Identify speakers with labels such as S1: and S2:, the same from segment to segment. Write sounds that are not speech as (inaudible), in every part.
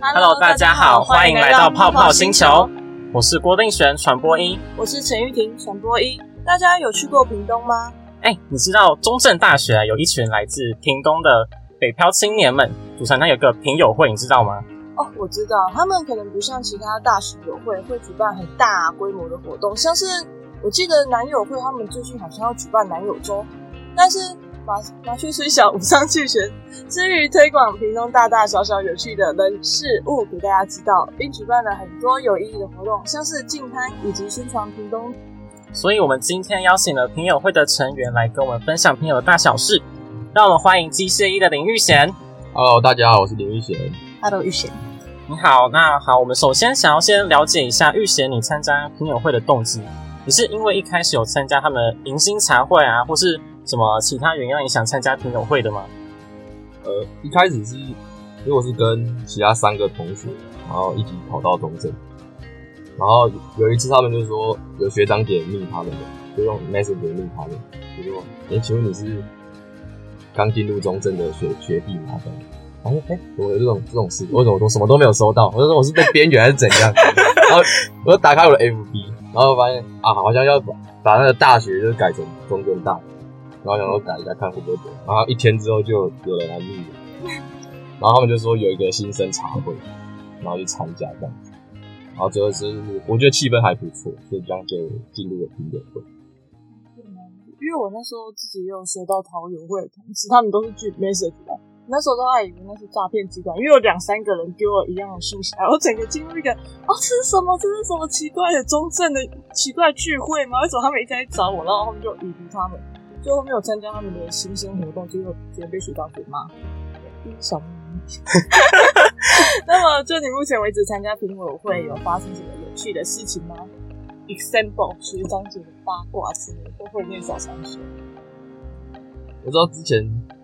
S1: Hello，大家好，欢迎来到泡泡星球，，我是郭定璇，传播一。
S2: 我是陈玉婷，传播一。大家有去过屏东吗？
S1: 哎，你知道中正大学啊，有一群来自屏东的北漂青年们组成，它有个屏友会，你知道吗？
S2: 哦，我知道，他们可能不像其他大学友会会举办很大规模的活动，像是我记得男友会他们最近好像要举办男友周，但是麻麻雀虽小，五脏俱全。至于推广屏东大大小小有趣的人事物给大家知道，并举办了很多有意义的活动，像是进摊以及宣传屏东
S1: 所以我们今天邀请了屏友会的成员来跟我们分享屏友的大小事，让我们欢迎机械一的林玉贤。
S3: Hello，大家好，我是林玉贤。
S2: Hello 玉贤。
S1: 你好，那好，我们首先想要先了解一下玉贤你参加评友会的动机，你是因为一开始有参加他们迎新茶会啊，或是什么其他原因让你想参加评友会的吗？
S3: 呃，一开始是因为我是跟其他三个同学，然后一起跑到中正，然后有一次他们就说有学长姐密他们的，就用 Messenger 密他们，就说：“哎、请问你是刚进入中正的学学弟吗？”这样然后哎、诶怎么有这种这种事？为什么我什么都没有收到？我就说我是被边缘还是怎样？ (laughs) 然后我就打开我的 FB，然后发现啊，好像要把把那个大学就改成中正大学然后想说改一下看会不会得，然后一天之后就有人来密我，然后他们就说有一个新生茶会，然后就参加这样子，然后最后是我觉得气氛还不错，所以这样就进入了评委会。
S2: 因为我那时候自己也有收到桃友会的通知，他们都是拒 message 的。那时候都还以为那是诈骗集团，因为有两三个人给我一样的素材，我整个进入一个哦，这是什么？这是什么奇怪的中正的奇怪聚会吗？为什么他们一直在找我？然后后面就已读他们，最后没有参加他们的新生活动，结果直接被学长给骂，第一小秘密。 (laughs) 那么，就你目前为止参加评委会有发生什么有趣的事情吗？Example 学长姐的八卦之类，都会念小常识。
S3: 我知道之前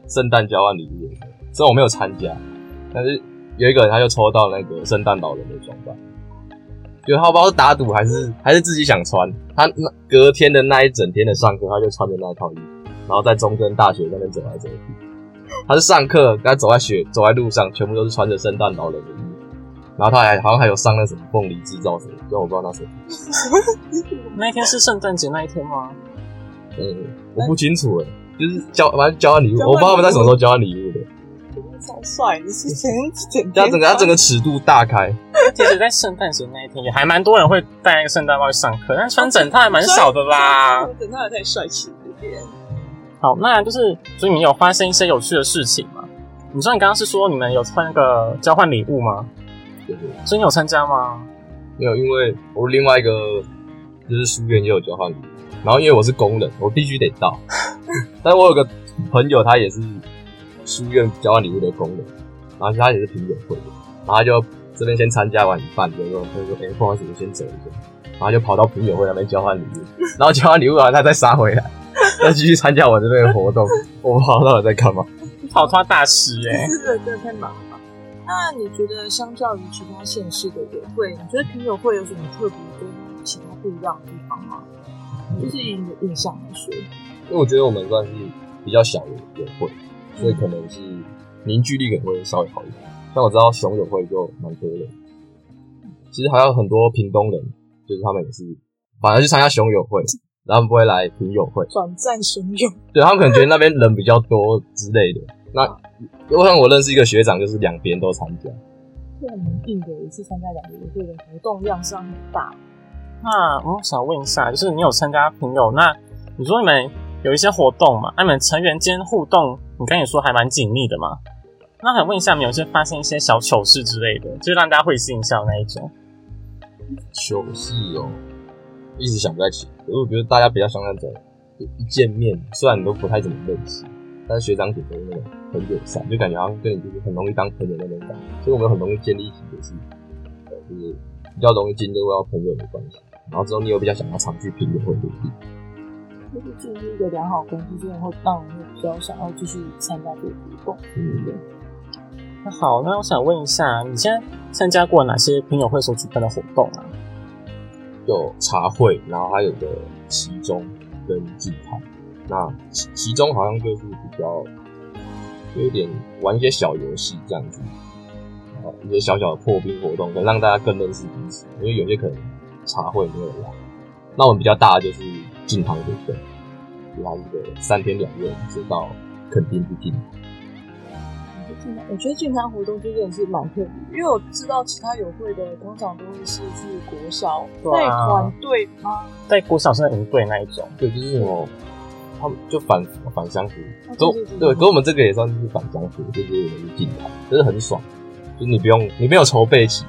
S3: 圣诞交换礼物的时候，虽然我没有参加，但是有一个人他就抽到那个圣诞老人的装扮，就他不知道是打赌还是还是自己想穿，他那隔天的那一整天的上课，他就穿着那一套衣服，然后在中正大学那边走来走去。他是上课，他走在雪走在路上，全部都是穿着圣诞老人的衣服，然后他还好像还有上那什么凤梨制造什么，但我不知道那是什么，
S1: 那一天是圣诞节那一天吗？
S3: 嗯，我不清楚哎，就是交反正交换礼物，我不知道他们在什么时候交换礼物的，
S2: 超帅，你是整整
S3: 他整个他整个尺度大开。
S1: 其实，在圣诞节那一天也还蛮多人会戴那个圣诞帽去上课，但穿整套还蛮少的 (laughs) 啦。
S2: 整他也太帅气了一点。
S1: 好，那就是所以你有发生一些有趣的事情吗？你说你刚刚是说你们有穿那个交换礼物吗？
S3: 对对
S1: 所以你有参加吗？
S3: 没有，因为我另外一个就是书院也有交换礼物，然后因为我是工人，我必须得到。 (laughs) 但是我有个朋友，他也是书院交换礼物的工人，然后他也是评委会的，然后他就这边先参加完一半，就说他就说哎、不好意思，我先走一下，然后就跑到评委会那边交换礼物，然后交换礼物完他再杀回来，再继续参加我这边的活动，我不知道他在干嘛。
S1: 你跑脱大师哎、
S2: 这个真的太忙了吧。那你觉得相较于其他县市的友会，你觉得评友会有什么特别跟其他不一样的地方吗？就是以你的印象来说，
S3: 因为我觉得我们算是比较小的友会，所以可能是凝聚力可能会稍微好一点。像我知道熊友会就蛮多人，其实还有很多屏东人，就是他们也是反而去参加熊友会，然后他们不会来屏友会，
S2: 转战神勇，
S3: 对他们可能觉得那边人比较多之类的。那我像我认识一个学长，就是两边都参加，
S2: 这很硬的，一次参加两个友会的活动量上很大。
S1: 那我想问一下，就是你有参加朋友，那你说你们有一些活动嘛？那你们成员间互动，你刚才也说还蛮紧密的嘛？那想问一下，你们有些发生一些小糗事之类的，就是让大家会心一笑的那一种？
S3: 糗事哦，一直想不太起。可是我觉得大家比较像那种，就一见面虽然你都不太怎么认识，但是学长姐都那种很友善，就感觉好像跟你就是很容易当朋友那种感觉，所以我们很容易建立起就是，呃，就是比较容易建立到朋友的关系。然后之后你又比较想要常去评论会的地方，
S2: 就是建立一个良好关系，真的会让人会比较想要继续参加这个活动。
S3: 嗯，
S1: 那好，那我想问一下，你现在参加过哪些朋友会所举办的活动啊？
S3: 有茶会，然后还有个期中跟季刊。那期期中好像就是比较有点玩一些小游戏这样子，然哦一些小小的破冰活动，可能让大家更认识彼此。因为有些可能茶会没有来，那我们比较大的就是进堂活动，就它一个三天两夜，直到垦丁去进。
S2: 我觉得进餐活动就真的是蛮特别，因为我知道其他友会的通常都会是去国小
S1: 对
S2: 带
S1: 啊
S2: 团队
S3: 哦
S2: 吗？
S1: 在国小生营队那一种，
S3: 对，就是什么，他们就反反乡土，
S2: 啊
S3: 跟我
S2: 对对对
S3: 对，跟我们这个也算是反乡土，就是我们进来，就是很爽，就是你不用你没有筹备期，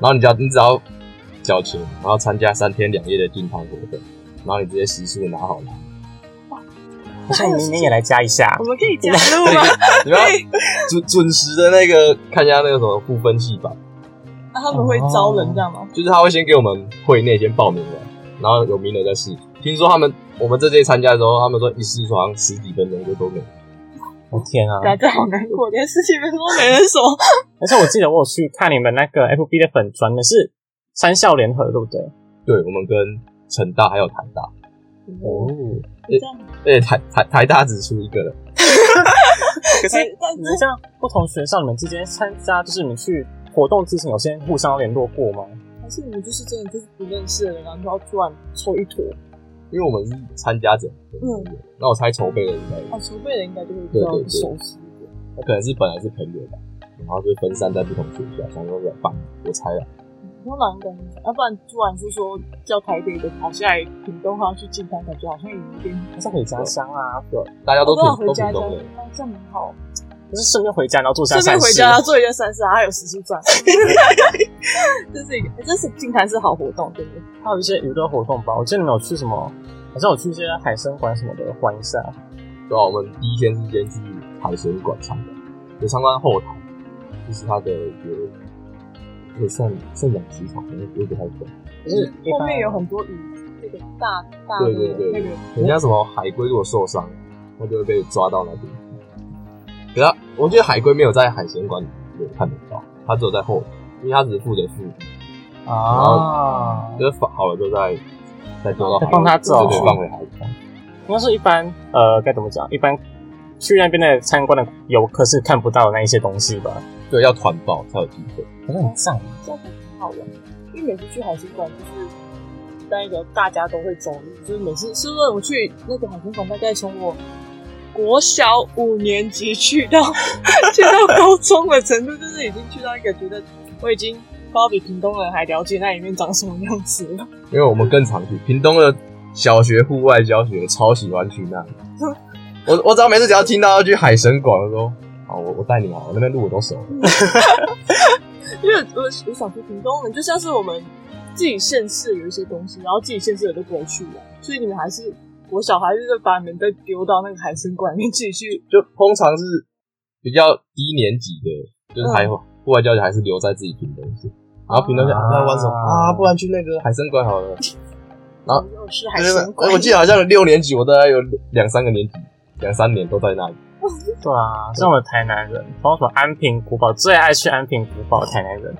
S3: 然后你只要你只要交钱，然后参加三天两夜的进堂活动，然后你直接食宿拿好了，
S2: (laughs)
S1: 好像明年也来加一下
S2: 我。们可以加入吗？
S3: (laughs) 你要准准时的那个看一下那个什么部分戏吧，
S2: 啊他们会招人这样吗？
S3: 就是他会先给我们会内先报名了，然后有名额再试。听说他们我们这届参加的时候，他们说一试好像十几分钟就都没了。
S1: 我天啊！
S2: 大家好难过，连事情分都没人说。
S1: 而且我记得我有去看你们那个 FB 的粉专，你们是三校联合对不对？
S3: 对，我们跟成大还有台大，
S2: 哦，这样
S3: 而且台台台大只出一个人，
S1: 可
S3: 哎
S1: 是
S2: 但但
S1: 你
S3: 嗯
S1: 们这样不同学校，你们之间参加，就是你们去活动之前有先互相联络过吗？
S2: 还是你们就是真的就是不认识的人，然后突然凑一坨，
S3: 因为我们是参加者。
S2: 嗯，
S3: 那我猜筹备的应该
S2: 啊，筹备人应该就会比较
S3: 对对对
S2: 熟悉一点。
S3: 那可能是本来是朋友吧，然后就分散在不同学校，想说来办，我猜了。
S2: 通常应该是这样，要不然突然就说叫台北的跑下来屏东，好像去进山，感觉好像有点
S1: 还是回家乡啊？
S3: 对，大家都
S2: 我
S3: 挺
S2: 要回
S3: 都
S2: 家
S3: 挺
S2: 这
S3: 懂
S2: 样
S3: 的。，
S2: 那这样很好。
S1: 就是顺便回家，然后做一下
S2: 顺便
S1: 善
S2: 回
S1: 事。
S2: 家做一件善事，啊还有实习
S3: (laughs)
S2: 赚，这是一个，这是进坛是好活动，对不对？
S1: 还有一些娱乐活动吧。我记得你们有去什么？好像有去一些海参馆什么的玩一下。
S3: 对啊，我们第一天是先去海水馆参观，就参观后台，就是它的一个一个赡赡养殖场，有点太懂。
S1: 可是一般
S2: 后面有很多鱼，那个大大的
S3: 对对对
S2: 那个，
S3: 人家什么海龟如果受伤，它就会被抓到那边。可是它我觉得海龟没有在海鲜馆里面看得到，它只有在后台，因为它只负责付，
S1: 啊，
S3: 就是好了就再再丢到海里
S1: 再放它走
S3: 对对，放回海里。
S1: 应该是一般呃该怎么讲？一般去那边的参观的游客是看不到的那一些东西吧？
S3: 对，要团报才有机会。
S1: 可是很赞，
S2: 这样很好玩。因为每次去海鲜馆就是那个大家都会走路，就是每次是不是我去那个海鲜馆，大概从我国小五年级去到 (laughs) 去到高中的程度，就是已经去到一个觉得我已经不知道比屏东人还了解那里面长什么样子了。
S3: 因为我们更常去屏东的小学户外教学，超喜欢去那里。我我只要每次只要听到要去海神馆，我说好，我我带你啊，我那边路我都熟了。
S2: 因为我我想去屏东人，就像是我们自己县市有一些东西，然后自己县市的都不会去了，所以你们还是我小孩就是把你们再丢到那个海参馆里面自己去。
S3: 就通常是比较低年级的，就是
S2: 嗯
S3: 还户外教学还是留在自己屏东县，然后屏东县
S1: 啊
S3: 啊在玩什么啊，不然去那个海参馆好了。啊
S2: 又是哦海参馆，
S3: 哎我记得好像六年级，我大概有两三个年级，两三年都在那里。
S1: 对啊，像我们台南人，包括什么安平古堡，最爱去安平古堡，台南
S2: (laughs)
S1: 人。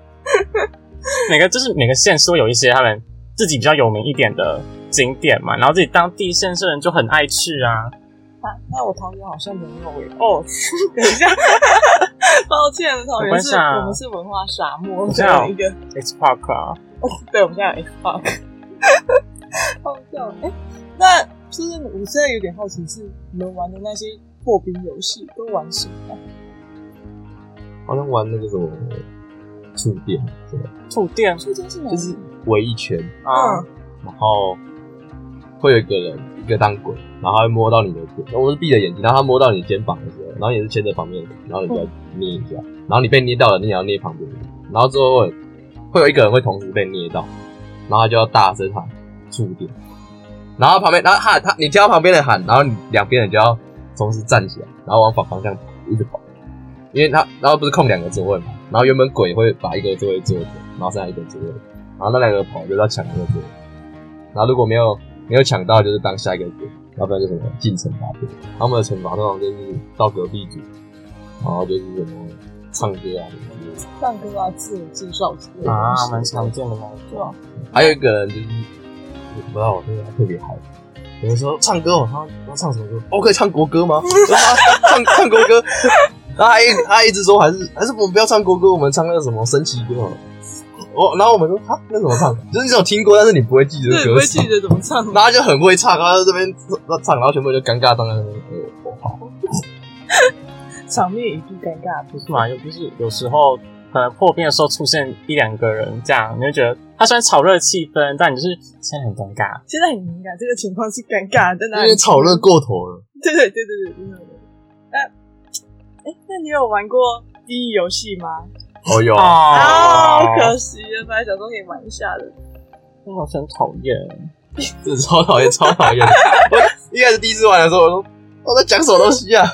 S1: 每个就是每个县市会有一些他们自己比较有名一点的景点嘛，然后自己当地县市人就很爱去啊。
S2: 啊 (laughs) 那我桃园好像没有诶、哦， (laughs) 等一下，抱歉，桃
S1: 没
S2: 园
S1: 关
S2: 是
S1: 系啊
S2: 我们是文化沙漠，
S1: 我
S2: 我
S1: 知
S2: 们
S1: 道
S2: 有一个，
S1: X Park 啊，
S2: 对，我们现在有 X Park，好笑哎、那就是我现在有点好奇，是你们玩的那些破冰游戏都玩什么啊？
S3: 好像玩那个什么触电，什么
S1: 土店
S2: 初中是哪一
S3: 就是围一圈，
S2: 嗯
S1: 啊，
S3: 然后会有一个人一个当鬼，然后他会摸到你的腿，我是闭着眼睛，然后他摸到你肩膀的时候，然后也是牵着旁边的，然后你就要捏一下，然后你被捏到了，你也要捏旁边的，然后最后会会有一个人会同时被捏到，然后他就要大声喊触电，然后旁边，然后他他你听到旁边的喊，然后你两边人就要同时站起来，然后往反方向一直跑，因为他然后不是空两个座位嘛，然后原本鬼会把一个座位坐着，然后剩下一个座位，然后那两个跑就是要抢那个座位。然后如果没有没有抢到，就是当下一个鬼，要不然就什么进惩罚队。他们的惩罚通常就是到隔壁组，然后就是什么唱歌啊什么之类的。
S2: 唱歌啊，自我介绍之类的
S1: 啊
S2: 东西，
S1: 蛮常见的那一
S2: 对
S1: 种
S2: 吧。？
S3: 还有一个人就是我不知道，我对他特别好。有人说唱歌哦，他他唱什么歌？哦，可以唱国歌吗？我说啊唱唱国歌， (laughs) 然后他一他一直说还是还是我们不要唱国歌，我们唱那个什么升旗歌好了。我然后我们说哈那怎么唱？就是你有听过，但是你不会记得
S2: 对，不
S3: 歌
S2: 会
S3: 词
S2: 记。得怎么唱。
S3: 然后他就很会唱，然后在这边唱，然后全部人就尴尬当在那边。呃哦好
S2: 场面一度尴尬。
S1: 不是嘛？又不是有时候可能破冰的时候出现一两个人这样，你会觉得他虽然炒热气氛，但你就是现在很尴尬。
S2: 现在很敏感，这个情况是尴尬，在哪
S3: 有
S2: 里
S3: 点？炒热过头了。
S2: 对对对对对，真的。那，哎、那你有玩过第一游戏吗？
S3: 哦有啊，
S2: 啊、
S1: 哦
S2: 可惜了，本来想说可以玩一下的。
S1: 我好像很讨厌。
S3: 这超讨厌，超讨厌。我一开始第一次玩的时候，我说我在讲什么东西啊？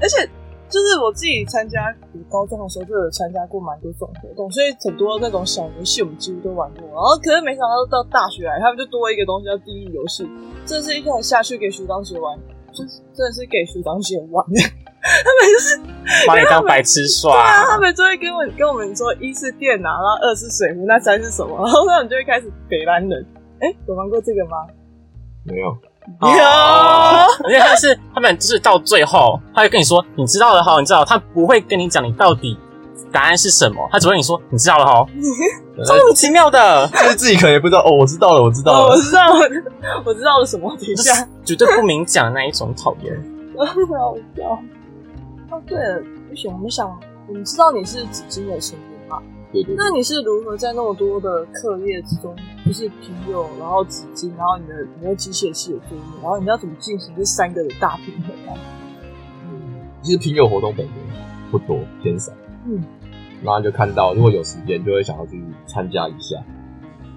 S2: 而且就是我自己参加我高中的时候就有参加过蛮多这种活动，所以很多那种小游戏我们几乎都玩过。然后可是没想到到大学来，他们就多一个东西叫第一游戏，这是一开始下去给学长姐玩，就是真的是给学长姐玩。 (laughs)
S1: 把你当白痴
S2: 对啊，他
S1: 耍，
S2: 们就会跟我跟我们说，一是电脑，然后二是水壶，那三是什么？然后他们就会开始北兰人。哎、有玩过这个吗？
S3: 没有，
S2: (laughs)
S1: 哦
S2: 有
S1: (laughs) 而且他是他们就是到最后，他会跟你说你知道了哈，你知道了，他不会跟你讲你到底答案是什么，他只会跟你说你知道了哈，超莫名其妙的，
S3: 就是自己可能也不知道。哦，我知道了，我知
S2: 哦，
S3: 道
S2: 我
S3: 了。
S2: 知道了，我知道了什么？等一
S1: 就是
S2: 下，
S1: 绝对不明讲的那一种讨厌。
S2: 好笑。哦，对了，不行，我们想，我们知道你是紫金的成员嘛？
S3: 对
S1: (laughs)
S3: 对对
S2: 那你是如何在那么多的课业之中，就是平友，然后紫金，然后你的你的机械系的作业，然后你要怎么进行这三个的大平衡啊？
S3: 其实平友活动本身不多，偏少。
S2: 嗯，
S3: 然后就看到，如果有时间，就会想要去参加一下。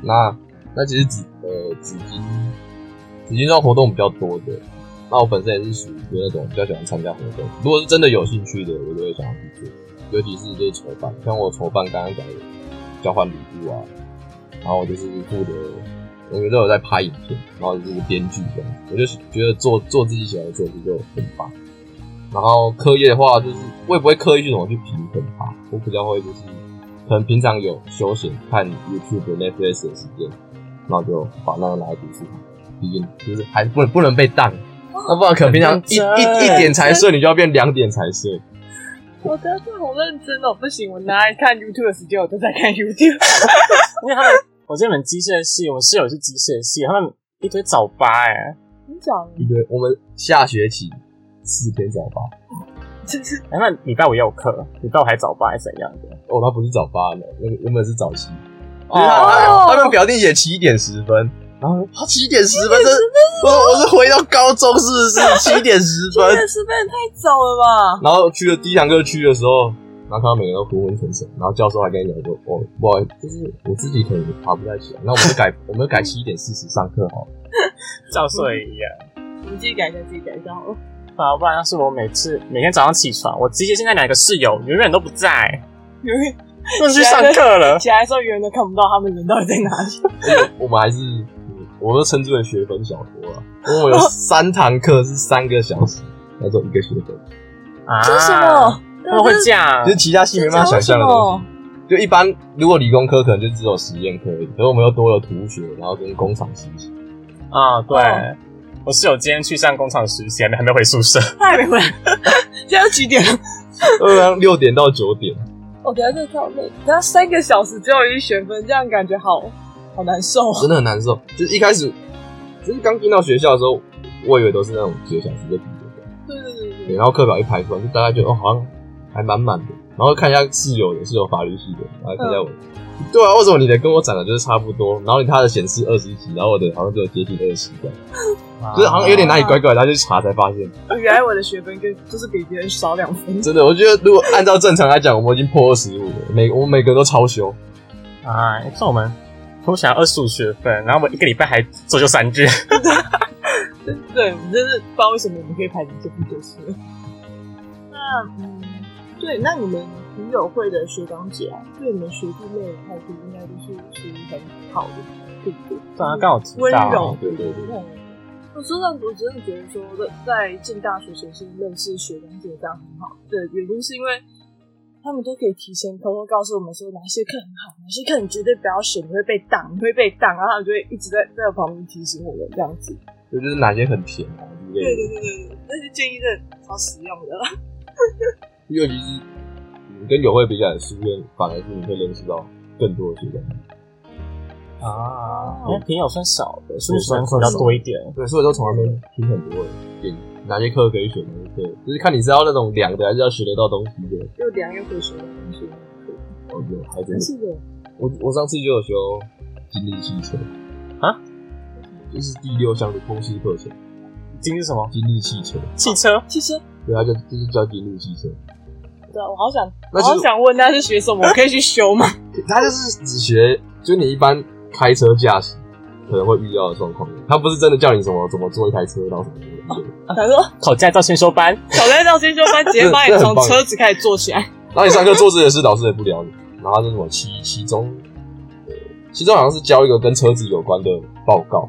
S3: 那那其实紫呃紫金紫金这种活动比较多的，那我本身也是属于那种比较喜欢参加活动。如果是真的有兴趣的，我就会想要去做。尤其是就是筹办，像我筹办刚刚讲的交换礼物啊，然后我就是负责，我觉得我在拍影片，然后就是编剧这样，我就觉得做做自己喜欢的做事就很棒。然后课业的话，就是我也不会刻意去怎么去平衡它，我比较会就是可能平常有休闲看 YouTube、Netflix 的时间，然后就把那个拿来读书，毕竟就是还不能不能被当，要不然可能平常一一一点才睡，你就要变两点才睡。
S2: 我真是好认真哦，不行，我拿来看 YouTube 的时间，我都在看 YouTube。
S1: 因为他们，我记得我们机械系，我们室友是机械系，他们一堆早八哎、
S2: 你讲，
S3: 一堆我们下学期四天早八，
S2: 就是
S1: 哎那礼拜五也有课，礼拜五还早八还是怎样的？
S3: 哦，他不是早八呢，那个原本是早七，
S1: 哦
S3: 就是他他们表定写七点十分，然后他啊七点十分，这我我是回到高中是不是七点十分？
S2: 真的是变得太早了吧？
S3: 然后去了第一堂课去的时候，然后看到每个人都昏昏沉沉，然后教授还跟你讲说，哦，不好意思，就是我自己可能爬不太起来，那我们就改我们就改七点四十上课好了。
S1: (laughs) 教授也一样。
S2: 我们自己改一下，自己改一下好哦了。
S1: 啊，不然要是我每次每天早上起床，我机械系那两个室友永远都不在，
S2: 因为
S1: 都去上课了。
S2: 起来的时候，远远都看不到他们人到底在哪里。
S3: 我们还是，嗯我都称之为学分小说啊，因为我有三堂课是三个小时，那做一个学分。
S1: 啊？
S2: 这是什么？
S1: 他们会这样
S3: 就是？其他系没办法想象的东西。就一般，如果理工科可能就只有实验科而已，可是我们又多了图学，然后跟工厂实习。
S1: 啊，对。我室友今天去上工厂实习，还没还没回 (laughs) 宿舍。
S2: 太没回来。 (laughs) 现在都几点了？
S3: 呃，六点到九点，
S2: 我等一下真的超累，等一下三个小时只有一学分，这样感觉好好难受啊。
S3: 真的很难受。就是一开始，就是刚进到学校的时候，我以为都是那种几个小时就毕业的，
S2: 对对对
S3: 对
S2: 对，
S3: 然后课表一排出来，就大家觉得哦，好像还满满的。然后看一下室友的，室友法律系的，然后看一下我，对啊，为什么你的跟我长得就是差不多？然后你他的显示二十一级，然后我的好像只有接近二十这样，就是好像有点哪里怪怪的，然后就去查才发现。
S2: 对原来我的学分跟就是比别人少两分。
S3: 真的，我觉得如果按照正常来讲，我们已经破二十五了，每我们每个都超修，
S1: 啊！像我们我想二十五学分，然后我一个礼拜还做就三 (laughs) 句。
S2: 对，我真是不知道为什么我们可以排成这副德式。 (laughs) 那嗯，对，那你们朋友会的学长姐啊，对你们学弟妹的态度应该都是属于很好的，对不对？
S1: 对啊，刚好提到
S2: 温柔，
S3: 对对对
S2: 嗯。我说上，我真的觉得说，在进大学前先认识学长姐这样很好。对，原因是因为他们都可以提前偷偷告诉我们说哪些课很好，哪些课你绝对不要选，你会被当，你会被当，然后他们就会一直在在旁边提醒我们这样子。
S3: 就就是哪些很甜啊之
S2: 对
S3: 类
S2: (laughs) 对
S3: 的。
S2: 对对，对，那些建议真的超实用的。
S3: 尤其是你跟友会比起来，书院反而是你会认识到更多的学长。
S1: 啊，
S2: 哦
S1: 因为朋友算少的，所以
S3: 算
S1: 选择比较多一点。
S3: 对，所以说从那边听很多点哪些课可以选，哪些课就是看你是要那种凉的，还是要学得到东西的。
S2: 又凉又会学的东西，
S3: 我觉得还真
S2: 但
S3: 是，
S2: 是有
S3: 我我上次就有修经济汽车
S1: 啊，
S3: 就是第六项的通识课程，
S1: 经历什么？
S3: 经济汽车，
S1: 汽车？
S2: 其实
S3: 对，它就就是叫经济汽车。
S2: 对啊，我好想，
S3: 那
S2: 我
S3: 就是
S2: 好想问他是学什么，我可以去修吗？ (laughs)
S3: 他就是只学，就你一般开车驾驶可能会遇到的状况。他不是真的叫你什么怎么坐一台车，然后什么什么的。
S2: 他说
S1: 考驾照先修班？
S2: 小在到先修班直接把你从车子开始坐起来，
S3: (laughs) 然后你上课做这些事，老师也不聊你。然后他就是什么期期中，呃，期中好像是交一个跟车子有关的报告，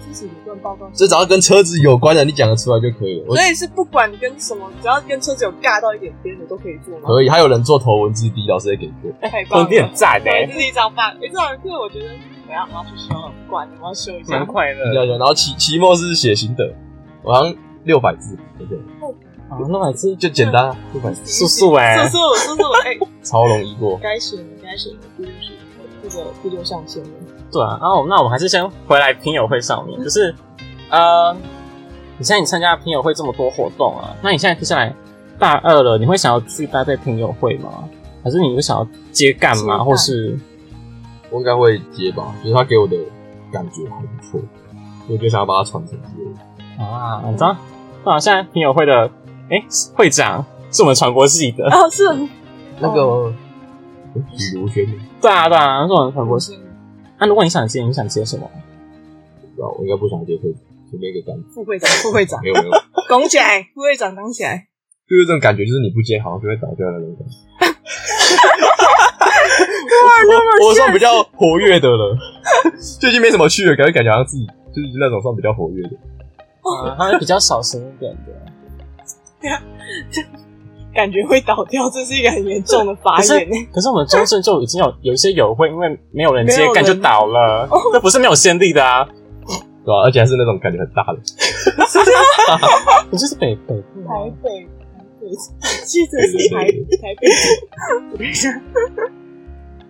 S2: 自己一段报告。
S3: 所以只要跟车子有关的，你讲得出来就可以了。我
S2: 所以是不管跟什么，只要跟车子有尬到一点边的都可以做吗？
S3: 可以，还有人做头文字 D，老师也给过。
S2: 太棒
S1: 工
S2: 了！
S1: 地很赞
S2: 对，
S1: 哎，
S2: 这是一张棒。哎，这堂课我觉得我要我要去修了，不管我要修一下
S1: 蛮。快乐的。
S3: 然后期期末是写心得，我好像六百字，对不对？
S1: 啊，那还是
S3: 就简单啊，六百字，
S1: 素素哎
S2: 叔，叔叔叔，哎，
S3: 超容易过。
S2: 该选的该选的不就是这个不就上线了？
S1: 对啊。然嗯后那我们还是先回来拼友会上面，就是呃，你现在你参加拼友会这么多活动啊，那你现在接下来大二了，你会想要去待在拼友会吗？还是你会想要接干
S2: 接
S1: 嘛，
S2: 干
S1: 或是
S3: 我应该会接吧，就是他给我的感觉还不错，所以就想要把它传承之类的。
S1: 啊？你知道，对啊，现在拼友会的哎、会长是我们传播系的，
S2: 啊，是
S3: 那个许如轩，不
S1: 对啊对啊，是我们传播
S2: 我
S1: 系。
S2: 先
S1: 那、如果你想接，你想接什么？
S3: 知道我应该不想接会随便一个感觉，
S2: 副会长，副会长
S3: 没有 (laughs) 没有，
S2: 拱起来，副会长拱起来。
S3: 就是这种感觉，就是你不接好像就会倒掉的那种感觉。我我算比较活跃的了， (laughs) 最近没什么趣了，感觉感觉好像自己就是那种算比较活跃的。
S2: 哦
S1: 啊，他是比较小型一点的。
S2: 感觉会倒掉，这是一个很严重的发
S1: 可是
S2: 言。欸
S1: 可是我们中正就已经有 (laughs) 有一些友会，因为没有人接干
S2: 没有人哦
S1: 就倒了，这不是没有先例
S2: (laughs)
S1: 的啊！
S3: 对吧、而且还是那种感觉很大的，
S1: 你就是北北部啊
S2: 台北，台北，记得是台台北。等一下，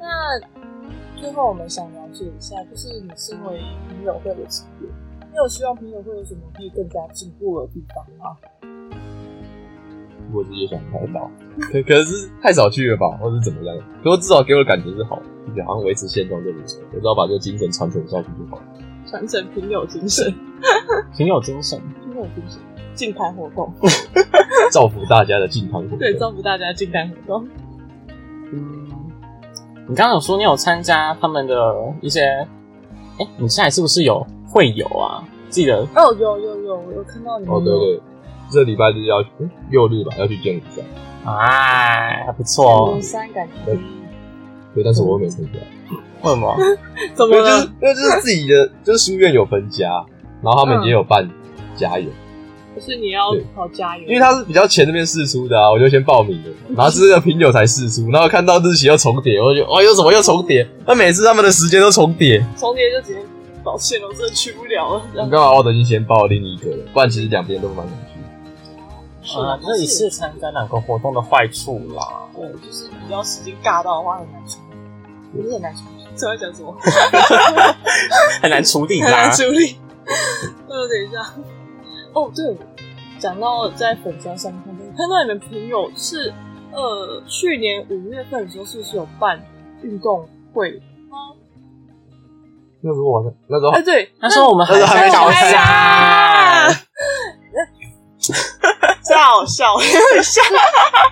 S2: 那最后我们想了解一下，就是你身为朋友会的成员，你有希望朋友会有什么可以更加进步的地方吗？
S3: 我自己也想太到，可可是太少去了吧，或者是怎么样？可我至少给我的感觉是好，就觉得好像维持现状就不错，我只要把这个精神传承下去就好了。
S2: 传承朋友精神，
S1: 挺有精神。
S2: 朋友精神，竞谈活动，
S3: 造福大家的健康活动。
S2: 对，造福大家竞谈活动。
S1: 嗯，你刚刚有说你有参加他们的一些，哎、你现在是不是有会友啊？记得
S2: 哦，有有有，我有看到你们
S3: 哦，对对，这礼拜日要去嗯六日吧，要去见一下。
S1: 哎，还不错
S2: 有
S1: 哦。
S2: 三感觉
S3: 对对，但是我又没参加，
S2: 嗯
S1: 为什么？
S2: 怎
S3: 因
S2: 么
S3: 为就是
S2: 了？
S3: 因为就是自己的，就是书院有分家，然后他
S2: 嗯
S3: 们也有办家友，
S2: 不是你要
S3: 对
S2: 好加油，
S3: 因为他是比较前那边试出的啊，我就先报名了，然后是这个品酒才试出，然后看到日期又重叠，我就觉得哦，又怎么又重叠？那每次他们的时间都重叠，
S2: 重叠就直接抱歉了，我真的去不了了。这
S3: 你
S2: 样
S3: 干嘛我都已经先报另一个了，不然其实两边都蛮想去。
S2: 是
S1: 啊
S2: 啊，，
S1: 这也是参加两个活动的坏处啦。
S2: 对，就是你要时间尬到的话很难处理，也是很难处理。这要讲什么？
S1: 很难处理
S2: 很
S1: 啦
S2: 难。处理。呃，等一下，哦，对，讲到在粉砖上面看到，看到你们朋友是呃去年五月份的时候是不是有办运动会？
S3: 那时候我那时候
S2: 哎、对，
S1: 那时候我们还
S3: 那时 (laughs) 候还
S1: 在
S3: 没
S1: 搞
S3: 开
S1: 啥？
S2: 真好笑，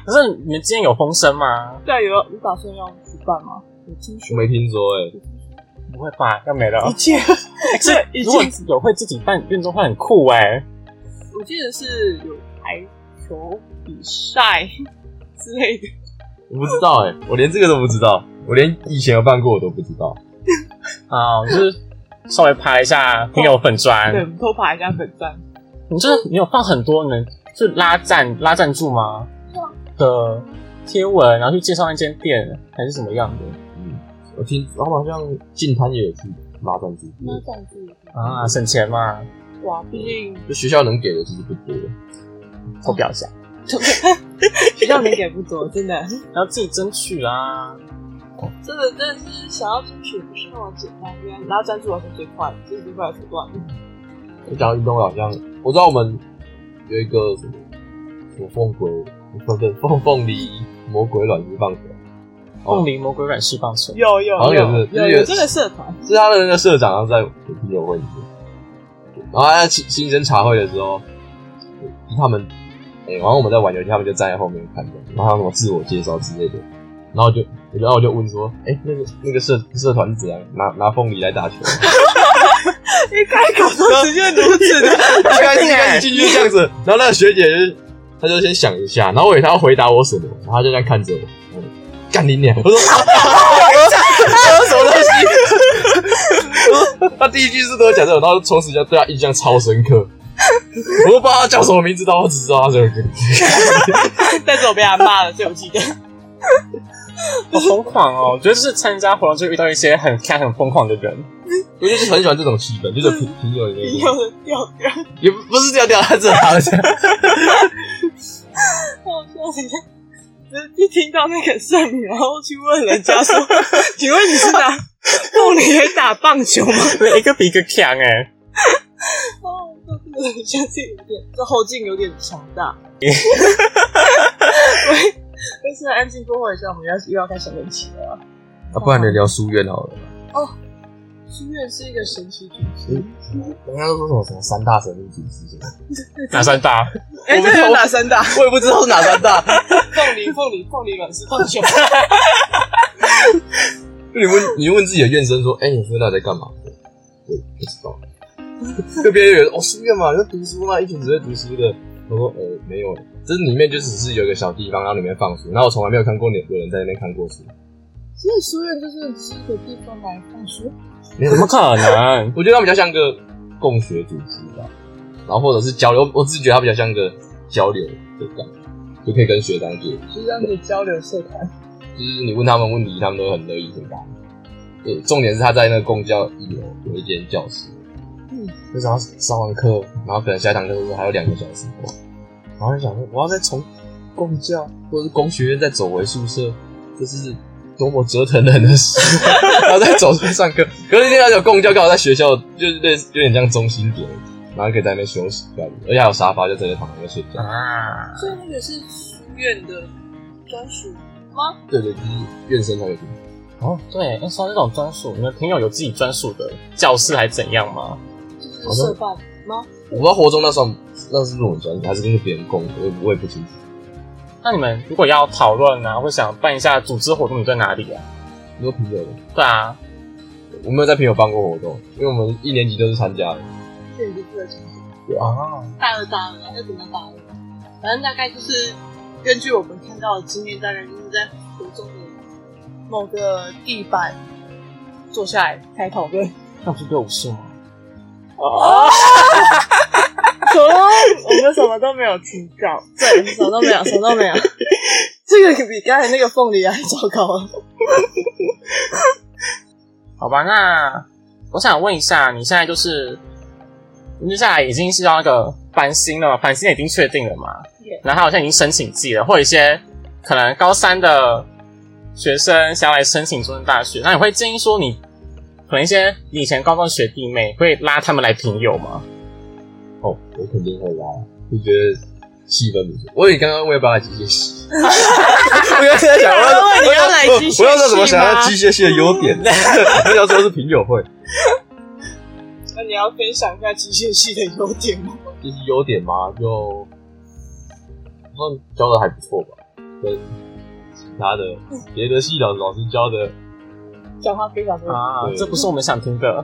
S1: 可是你们今天有风声吗？
S2: 对，有你打算要举办吗？有听
S3: 我
S2: 说
S3: 没听哎说哎、
S1: 不会吧，要没了。
S2: 一切，
S1: 这
S2: 已
S1: 如果
S2: 经
S1: 有会自己办运动会很酷哎、
S2: 我记得是有排球比赛之类的。
S3: 我不知道哎、我连这个都不知道，我连以前有办过我都不知道。
S1: 啊，就是稍微拍一下朋友粉砖，
S2: 对，偷爬一下粉钻。
S1: 你就是你有放很多人去拉赞拉赞助吗？的贴文，然后去介绍那间店还是什么样的
S3: 嗯，我听他们好像进摊也有去拉赞助，
S2: 那这样子
S1: 啊？省钱嘛，
S2: 哇，毕竟
S3: 就学校能给的其实不多。
S2: 嗯
S1: 投表一下。
S2: 学校能给不多，真的，
S1: 要自己争取啊啦。
S2: 真的真的是想要争取不是那么简单，因为拿赞助完是最快的，这是最快的手段。
S3: 我讲到运动会好像，我知道我们有一个什么什么凤鬼，不对，凤凤梨魔鬼卵释放球，哦
S1: 凤梨魔鬼软释放球，
S2: 有有
S3: 好
S2: 有
S3: 像
S2: 有
S3: 有这这个
S2: 有这个社团，
S3: 是他的那个社长然后在我啤酒会里面，然后他在新新生茶会的时候，他们，哎、然后我们在玩游戏，他们就站在后面看着，然后还有什么自我介绍之类的，然后我就我就然后我就问说，哎、那个那个社社团是怎样拿拿凤梨来打球？
S2: (laughs) 一开口
S1: (laughs)
S2: 都直接如此的，
S3: 一开始一开始进去就这样 (laughs) 子，然后那个学姐就是，她就先想一下，然后我以为她要回答我什么，然后她就这样看着我，我干你娘！我 (laughs) 说，我说什么东西？我说她第一句是跟我讲这种，然后从此就对她印象超深刻。我都不知道她叫什么名字，但我只知道她这个歌。
S2: 但是我被他骂了，所以我记得。
S1: 好疯狂 (laughs) 哦！我觉得就是参加活动就遇到一些很看很疯狂的人，
S3: 我就是很喜欢这种气氛，就是朋朋友的那种，
S2: 有的掉掉，
S3: 也不是调调，他正好
S2: 好
S3: 像
S2: 笑等一下。就听到那个圣女，然后去问人家
S3: (laughs)
S2: 说：“请问你是打凤梨还是打棒球吗
S1: 对一个比一个强哎、？” (laughs)
S2: 哦，这个相信有点，这后劲有点强 (laughs) 大。喂，但是安静过后一下，我们要又要开始问题了。
S3: 啊，不然聊聊书院好了。
S2: 书院是一个神奇组织，
S3: 人家都说什么什么三大神秘组织什么，
S1: 哪算大？
S2: 哎、
S3: 我们
S2: 这有哪三大？
S3: 我也不知道是哪三大。
S2: 凤梨，凤梨，凤梨软是凤球。
S3: 你问你问自己的院生说，哎、你说那在干嘛？我不知道。 (laughs) 就别人有人哦，书院嘛，就读书嘛，一群只会读书的。我说，呃，没有，这里面就只是有一个小地方，然后里面放书，然后我从来没有看过有有人在那边看过书。
S2: (laughs) 其实书院就是只是一个地方来放书，
S3: 没有
S1: 怎，么可能？
S3: 我觉得它比较像个共学组织吧，然后或者是交流，我自己觉得它比较像个交流的感觉，就可以跟学长姐，
S2: 就是让你交流社团。
S3: 就是你问他们问题，他们都很乐意回答你。对，重点是他在那个公交一楼有一间教室，
S2: 嗯，
S3: 就早上上完课，然后可能下一堂课的时候还有两个小时，然后就想说我要再从公教或者是工学院再走回宿舍，这是多么折腾人的事，然后再走出去上课。可是那天有公教刚好在学校，就是类似有点像中心点，然后可以在那边休息，这样子而且还有沙发，就直接躺在那边睡觉。
S1: 啊，
S2: 所以那个是书院的专属吗？
S3: 对对，就是院生才有地方
S1: 哦，对，那说到这种专属，你们朋友有自己专属的教室还怎样吗？
S2: 就是社办吗？
S3: 我不知道活中那算那是不是我们专属，还是跟别人共，我也我也不清楚。
S1: 那你们如果要讨论啊，或想办一下组织活动，你在哪里啊？
S3: 你说朋友的，
S1: 对啊，
S3: 我没有在朋友办过活动，因为我们一年级都是参加的。
S2: 这里就不能重新。
S1: 哦，
S2: 大二大二，要怎么大二？反正大概就是根据我们看到的经验，大概就是在湖中的某个地板坐下来开讨论。
S1: 那不是对武术吗？哦
S2: 什么？ (laughs) 我们什么都没有提到，对，什么都没有，什么都没有。 (laughs) 这个比刚才那个凤梨还糟糕了。
S1: 好吧，那我想问一下，你现在就是你接下来已经是要那个繁星了嘛？繁星已经确定了嘛
S2: Yeah
S1: 然后好像已经申请季了，或者一些可能高三的学生想要来申请中正大学，那你会建议说你可能一些以前高中学弟妹会拉他们来评友吗？
S3: 哦，我肯定会拉，就觉得气氛不错。我以为刚刚我也把它机
S2: (laughs)
S3: 械系，我刚才在想，我要
S2: 我以为你要来机械系
S3: 我要说什么？想
S2: 吗
S3: 要机械系的优点，我想说是品友会，
S2: 那你要分享一下机械系的优点吗？
S3: 就是优点嘛，就算教的还不错吧，跟其他的别的系的老师教的，
S2: 讲话非常的
S1: 啊
S3: 对，
S1: 这不是我们想听的。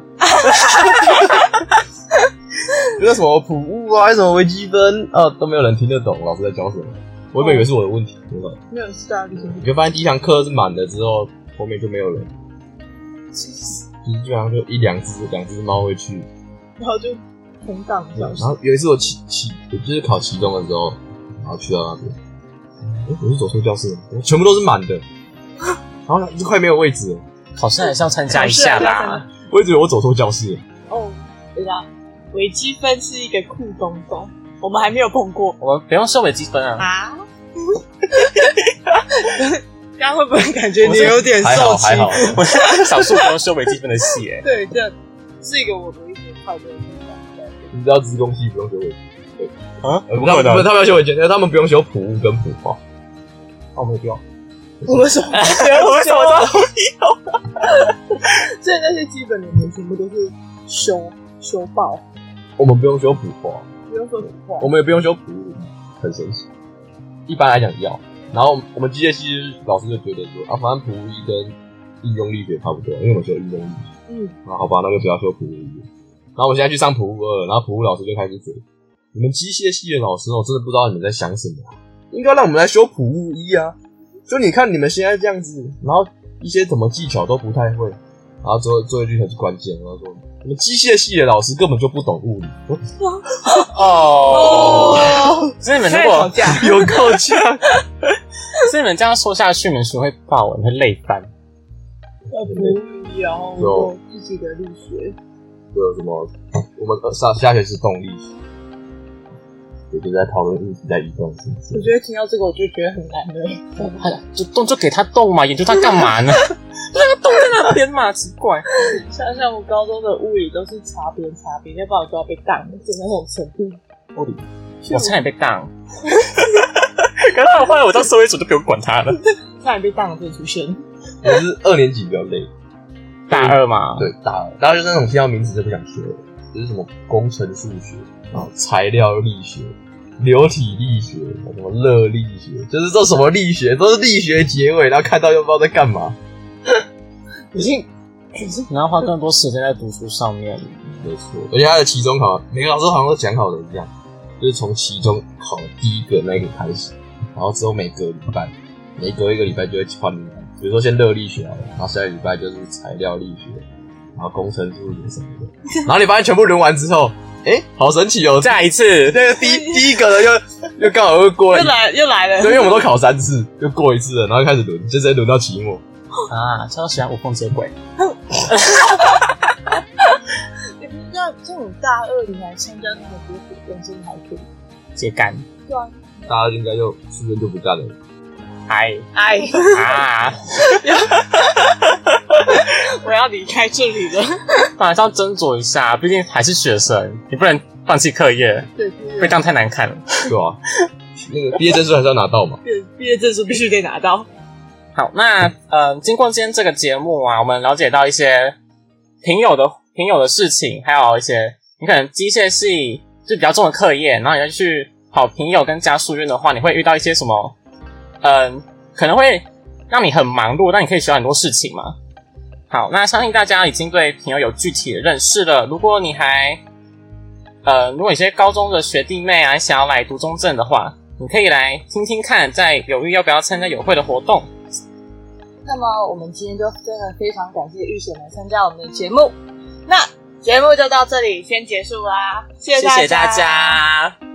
S3: 那什么普物啊，什么微积分啊，都没有人听得懂老师在教什么。我原本以为是我的问题，真的。
S2: 没有是大力
S3: 你就发现第一堂课是满的之后，后面就没有人，就是基本上就一两只两只猫会去。
S2: 然后就空荡
S3: 然后有一次我期期，我就是考期中的时候，然后去到那边，哎、我是走错教室了，我全部都是满的，啊然后呢就快没有位置了，
S1: 考试还是要参加一下啦。
S3: 我一直以为我走错教室了。
S2: 哦，等一下，微积分是一个酷东东，我们还没有碰过
S1: 我们不用收微积分啊，
S2: 啊。刚刚会不会感觉你有点
S3: 还
S2: 受
S3: 好
S2: 气
S3: 还？好，
S1: 我是少数不用修微积分的戏、 (laughs) 欸，
S2: 对，这样是一个我的一个快乐的地方。
S3: 你知道资工系不用学尾，
S1: 啊，
S3: 呃
S1: 不
S3: 他
S1: 会
S3: 们不是
S1: 的，
S3: 他们要学尾键，但他们不用学普物跟普化。哦，没有必要。
S2: 我们什么？
S1: 我为什么都
S2: 所以那些基本的，我们全部都是修修爆，
S3: 我们不用修普化，
S2: 不用说什么话
S3: 我。们也不用修普物，很神奇。一般来讲要，然后我们机械系就是老师就觉得说啊，反正普物一跟应用力学差不多，因为我们修应用力学。
S2: 嗯，
S3: 那好吧，那就不要修普物一。然后我现在去上普物二，然后普物老师就开始嘴：你们机械系的老师哦，我真的不知道你们在想什么啊、应该让我们来修普物一啊！就你看你们现在这样子，然后一些什么技巧都不太会，然后最后最后一句很关键，然后说你们机械系的老师根本就不懂物理。我
S2: (laughs)
S1: 哦，
S2: 哦，
S1: 所以你们如
S2: 在吵
S1: 果
S2: 架，
S1: (laughs) 有够呛，所以你们这样说下去，你们学会爆，你会累翻。
S2: 要补语，然后有自己的力学，
S3: 会有什么？我们呃下下学期动力学，我就在讨论物体在移动是不
S2: 我
S3: 是？
S2: 觉得听到这个我就觉得很难了。
S1: 哎呀，就动就给他动嘛，研究他干嘛 (laughs) 呢？那个动在那边嘛，奇怪。
S2: 像像我高中的物理都是擦边擦边，要不然我就要被杠了，是那种程度。
S1: (laughs) 我差点被当。 (laughs) 可是后来我到社会组就不用管他了。
S2: 差点被当了，这出现。
S3: 我是二年级比较累，
S1: 大二嘛，
S3: 对，大二，大二就是那种听到名字就不想学了，就是什么工程数学，然后材料力学、流体力学，什么热力学，就是这什么力学都是力学结尾，然后看到又不知道在干嘛。
S1: 已经 (clears throat) 你要花更多时间在读书上面。
S3: 没错，而且他的期中考，每个老师好像都讲好的一样，就是从期中考第一个那个开始，然后之后每个礼拜，每隔一个礼拜就会换一个，比如说先热力学好了，然后下个礼拜就是材料力学，然后工程数学什么
S1: (laughs)
S3: 的，然后你发现全部轮完之后，哎、好神奇哦！
S1: 再一次，
S3: 那个第一第一个呢，又又刚好又过
S2: 又
S1: (laughs)
S3: 了一，
S2: 来又来
S3: 对，
S2: 了，
S3: 因为我们都考三次，又过一次了，然后开始轮，就直接轮到期末。
S1: 啊，超喜欢无缝接轨。
S2: 你不知道，像你大二你还参加那么多活动，真的还可以。
S1: 接杆，
S2: 对啊，
S3: 大家应该就顺便就不干了，
S1: (laughs) 嗨
S2: 哎， (laughs)
S1: 啊，
S2: 我要离开这里了。
S1: 当然是要斟酌一下，毕竟还是学生，你不能放弃课业，
S2: 对，
S1: 被当太难看了。
S3: 对吧、那个毕业证书还是要拿到嘛。
S2: 毕业毕业证书必须得拿到。
S1: 好，那呃，经过今天这个节目啊，我们了解到一些朋友的朋友的事情，还有一些你可能机械系是比较重的课业，然后你再去跑朋友跟家书院的话，你会遇到一些什么？嗯、可能会让你很忙碌，但你可以学到很多事情嘛。好，那相信大家已经对朋友有具体的认识了。如果你还呃，如果有些高中的学弟妹啊想要来读中正的话，你可以来听听看，在犹豫要不要参加友会的活动。
S2: 那么我们今天就真的非常感谢玉贤来参加我们的节目。那节目就到这里先结束啦，谢
S1: 谢谢大
S2: 家
S1: 家。